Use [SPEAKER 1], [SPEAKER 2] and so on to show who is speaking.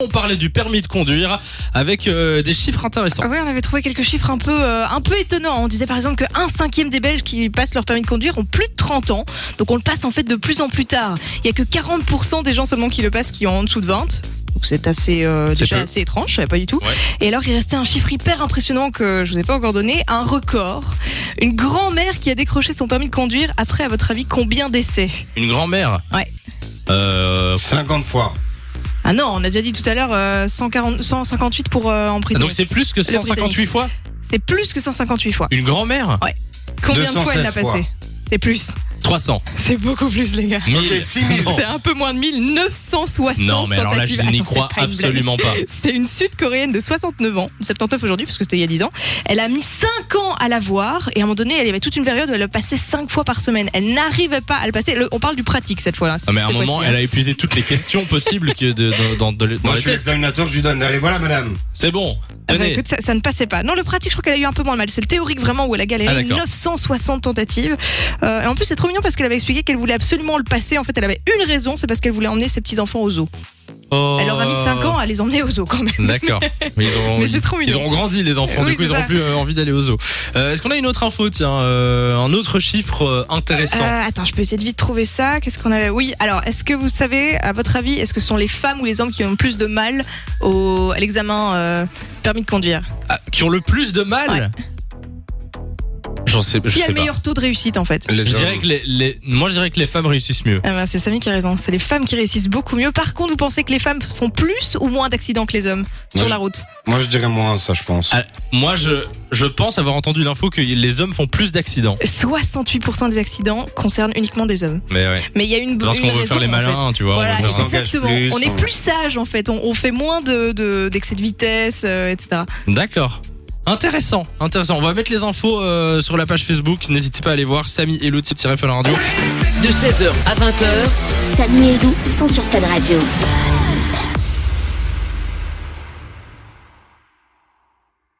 [SPEAKER 1] On parlait du permis de conduire avec euh, des chiffres intéressants.
[SPEAKER 2] Oui, Ah on avait trouvé quelques chiffres un peu, euh, un peu étonnants. On disait par exemple que un cinquième des Belges qui passent leur permis de conduire ont plus de 30 ans. Donc on le passe en fait de plus en plus tard. Il y a que 40% des gens seulement qui le passent qui ont en dessous de 20. Donc c'est assez, euh,
[SPEAKER 1] C'est
[SPEAKER 2] déjà
[SPEAKER 1] peu.
[SPEAKER 2] assez étrange, je savais pas du tout.
[SPEAKER 1] Ouais.
[SPEAKER 2] Et alors il restait un chiffre hyper impressionnant que je vous ai pas encore donné, un record. Une grand-mère qui a décroché son permis de conduire après, à votre avis, combien d'essais
[SPEAKER 1] Une grand-mère.
[SPEAKER 2] Ah. Ouais.
[SPEAKER 1] Euh,
[SPEAKER 3] 50 fois.
[SPEAKER 2] Ah non, on a déjà dit tout à l'heure euh, 140, 158 pour euh, en prison.
[SPEAKER 1] Ah, donc c'est plus que 158
[SPEAKER 2] Britannique.
[SPEAKER 1] fois
[SPEAKER 2] C'est plus que 158 fois.
[SPEAKER 1] Une grand-mère
[SPEAKER 2] Combien de fois elle l'a
[SPEAKER 3] 216 fois.
[SPEAKER 2] passé C'est plus.
[SPEAKER 1] 300.
[SPEAKER 2] C'est beaucoup plus, les gars.
[SPEAKER 1] 1000.
[SPEAKER 3] Ok, 6000.
[SPEAKER 1] Non.
[SPEAKER 2] C'est un peu moins de 1000, 960
[SPEAKER 1] Oh. Non, mais alors là, je
[SPEAKER 2] tentatives.
[SPEAKER 1] n'y
[SPEAKER 2] Attends, c'est
[SPEAKER 1] crois
[SPEAKER 2] pas une blague.
[SPEAKER 1] absolument pas.
[SPEAKER 2] C'est une sud-coréenne de 69 ans, 79 aujourd'hui, parce que c'était il y a 10 ans. Elle a mis 5 ans à la voir, et à un moment donné, elle y avait toute une période où elle le passait 5 fois par semaine. Elle n'arrivait pas à le passer. Le- on parle du pratique cette fois-là.
[SPEAKER 1] Ah, mais à un
[SPEAKER 2] cette
[SPEAKER 1] moment,
[SPEAKER 2] fois-ci, hein.
[SPEAKER 1] elle a épuisé toutes les questions possibles que de, de- dans, dans le- dans
[SPEAKER 3] Moi,
[SPEAKER 1] les
[SPEAKER 3] je suis
[SPEAKER 1] tests.
[SPEAKER 3] l'examinateur, je lui donne. Allez, voilà, madame.
[SPEAKER 1] C'est bon.
[SPEAKER 2] Ah bah,
[SPEAKER 1] Tenez.
[SPEAKER 2] écoute, ça, ça ne passait pas. Non, le pratique, je crois qu'elle a eu un peu moins de mal. C'est le théorique vraiment où elle a
[SPEAKER 1] Ah,
[SPEAKER 2] galéré
[SPEAKER 1] d'accord.
[SPEAKER 2] 960 tentatives. Euh, et en plus, c'est trop mignon parce qu'elle avait expliqué qu'elle voulait absolument le passer. En fait, elle avait une raison, c'est parce qu'elle voulait emmener ses petits-enfants au zoo. Elle leur a
[SPEAKER 1] Oh.
[SPEAKER 2] mis 5 ans à les emmener au zoo quand même.
[SPEAKER 1] D'accord. Mais ils auront,
[SPEAKER 2] Mais c'est trop
[SPEAKER 1] ils
[SPEAKER 2] mignon.
[SPEAKER 1] auront grandi les enfants.
[SPEAKER 2] Oui,
[SPEAKER 1] du coup, ils
[SPEAKER 2] c'est
[SPEAKER 1] auront
[SPEAKER 2] ça.
[SPEAKER 1] plus euh, envie d'aller au zoo. Euh, Est-ce qu'on a une autre info Tiens, euh, un autre chiffre euh, intéressant.
[SPEAKER 2] Euh, attends, je peux essayer de vite trouver ça. Qu'est-ce qu'on avait Oui, alors, est-ce que vous savez, à votre avis, est-ce que ce sont les femmes ou les hommes qui ont le plus de mal au, à l'examen euh, permis de conduire
[SPEAKER 1] Ah, qui ont le plus de mal. J'en sais, je
[SPEAKER 2] Qui a
[SPEAKER 1] sais
[SPEAKER 2] le
[SPEAKER 1] pas.
[SPEAKER 2] meilleur taux de réussite en fait
[SPEAKER 1] Je dirais que les, les- moi je dirais que les femmes réussissent mieux.
[SPEAKER 2] Ah ben, c'est Samy qui a raison, c'est les femmes qui réussissent beaucoup mieux. Par contre, vous pensez que les femmes font plus ou moins d'accidents que les hommes sur
[SPEAKER 3] Oui.
[SPEAKER 2] la route
[SPEAKER 3] Moi, je dirais moins, ça, je pense.
[SPEAKER 1] Ah, moi je, je pense avoir entendu l'info que les hommes font plus d'accidents.
[SPEAKER 2] 68% des accidents concernent uniquement des hommes.
[SPEAKER 1] Mais ouais.
[SPEAKER 2] Bah Mais il y a une, bonne
[SPEAKER 1] Lorsqu'on veut faire les malins, tu vois.
[SPEAKER 2] Voilà,
[SPEAKER 1] on veut faire-
[SPEAKER 3] s'engage
[SPEAKER 2] exactement.
[SPEAKER 3] plus,
[SPEAKER 2] on est
[SPEAKER 3] on-
[SPEAKER 2] plus sage en fait. On, on fait moins de de- d'excès de, vitesse, euh, etc.
[SPEAKER 1] D'accord. Intéressant, intéressant. On va mettre les infos euh, sur la page Facebook. N'hésitez pas à aller voir Samy et Lottie Radio.
[SPEAKER 4] de 16h à 20h.
[SPEAKER 5] Samy et Lou sont sur Fan Radio.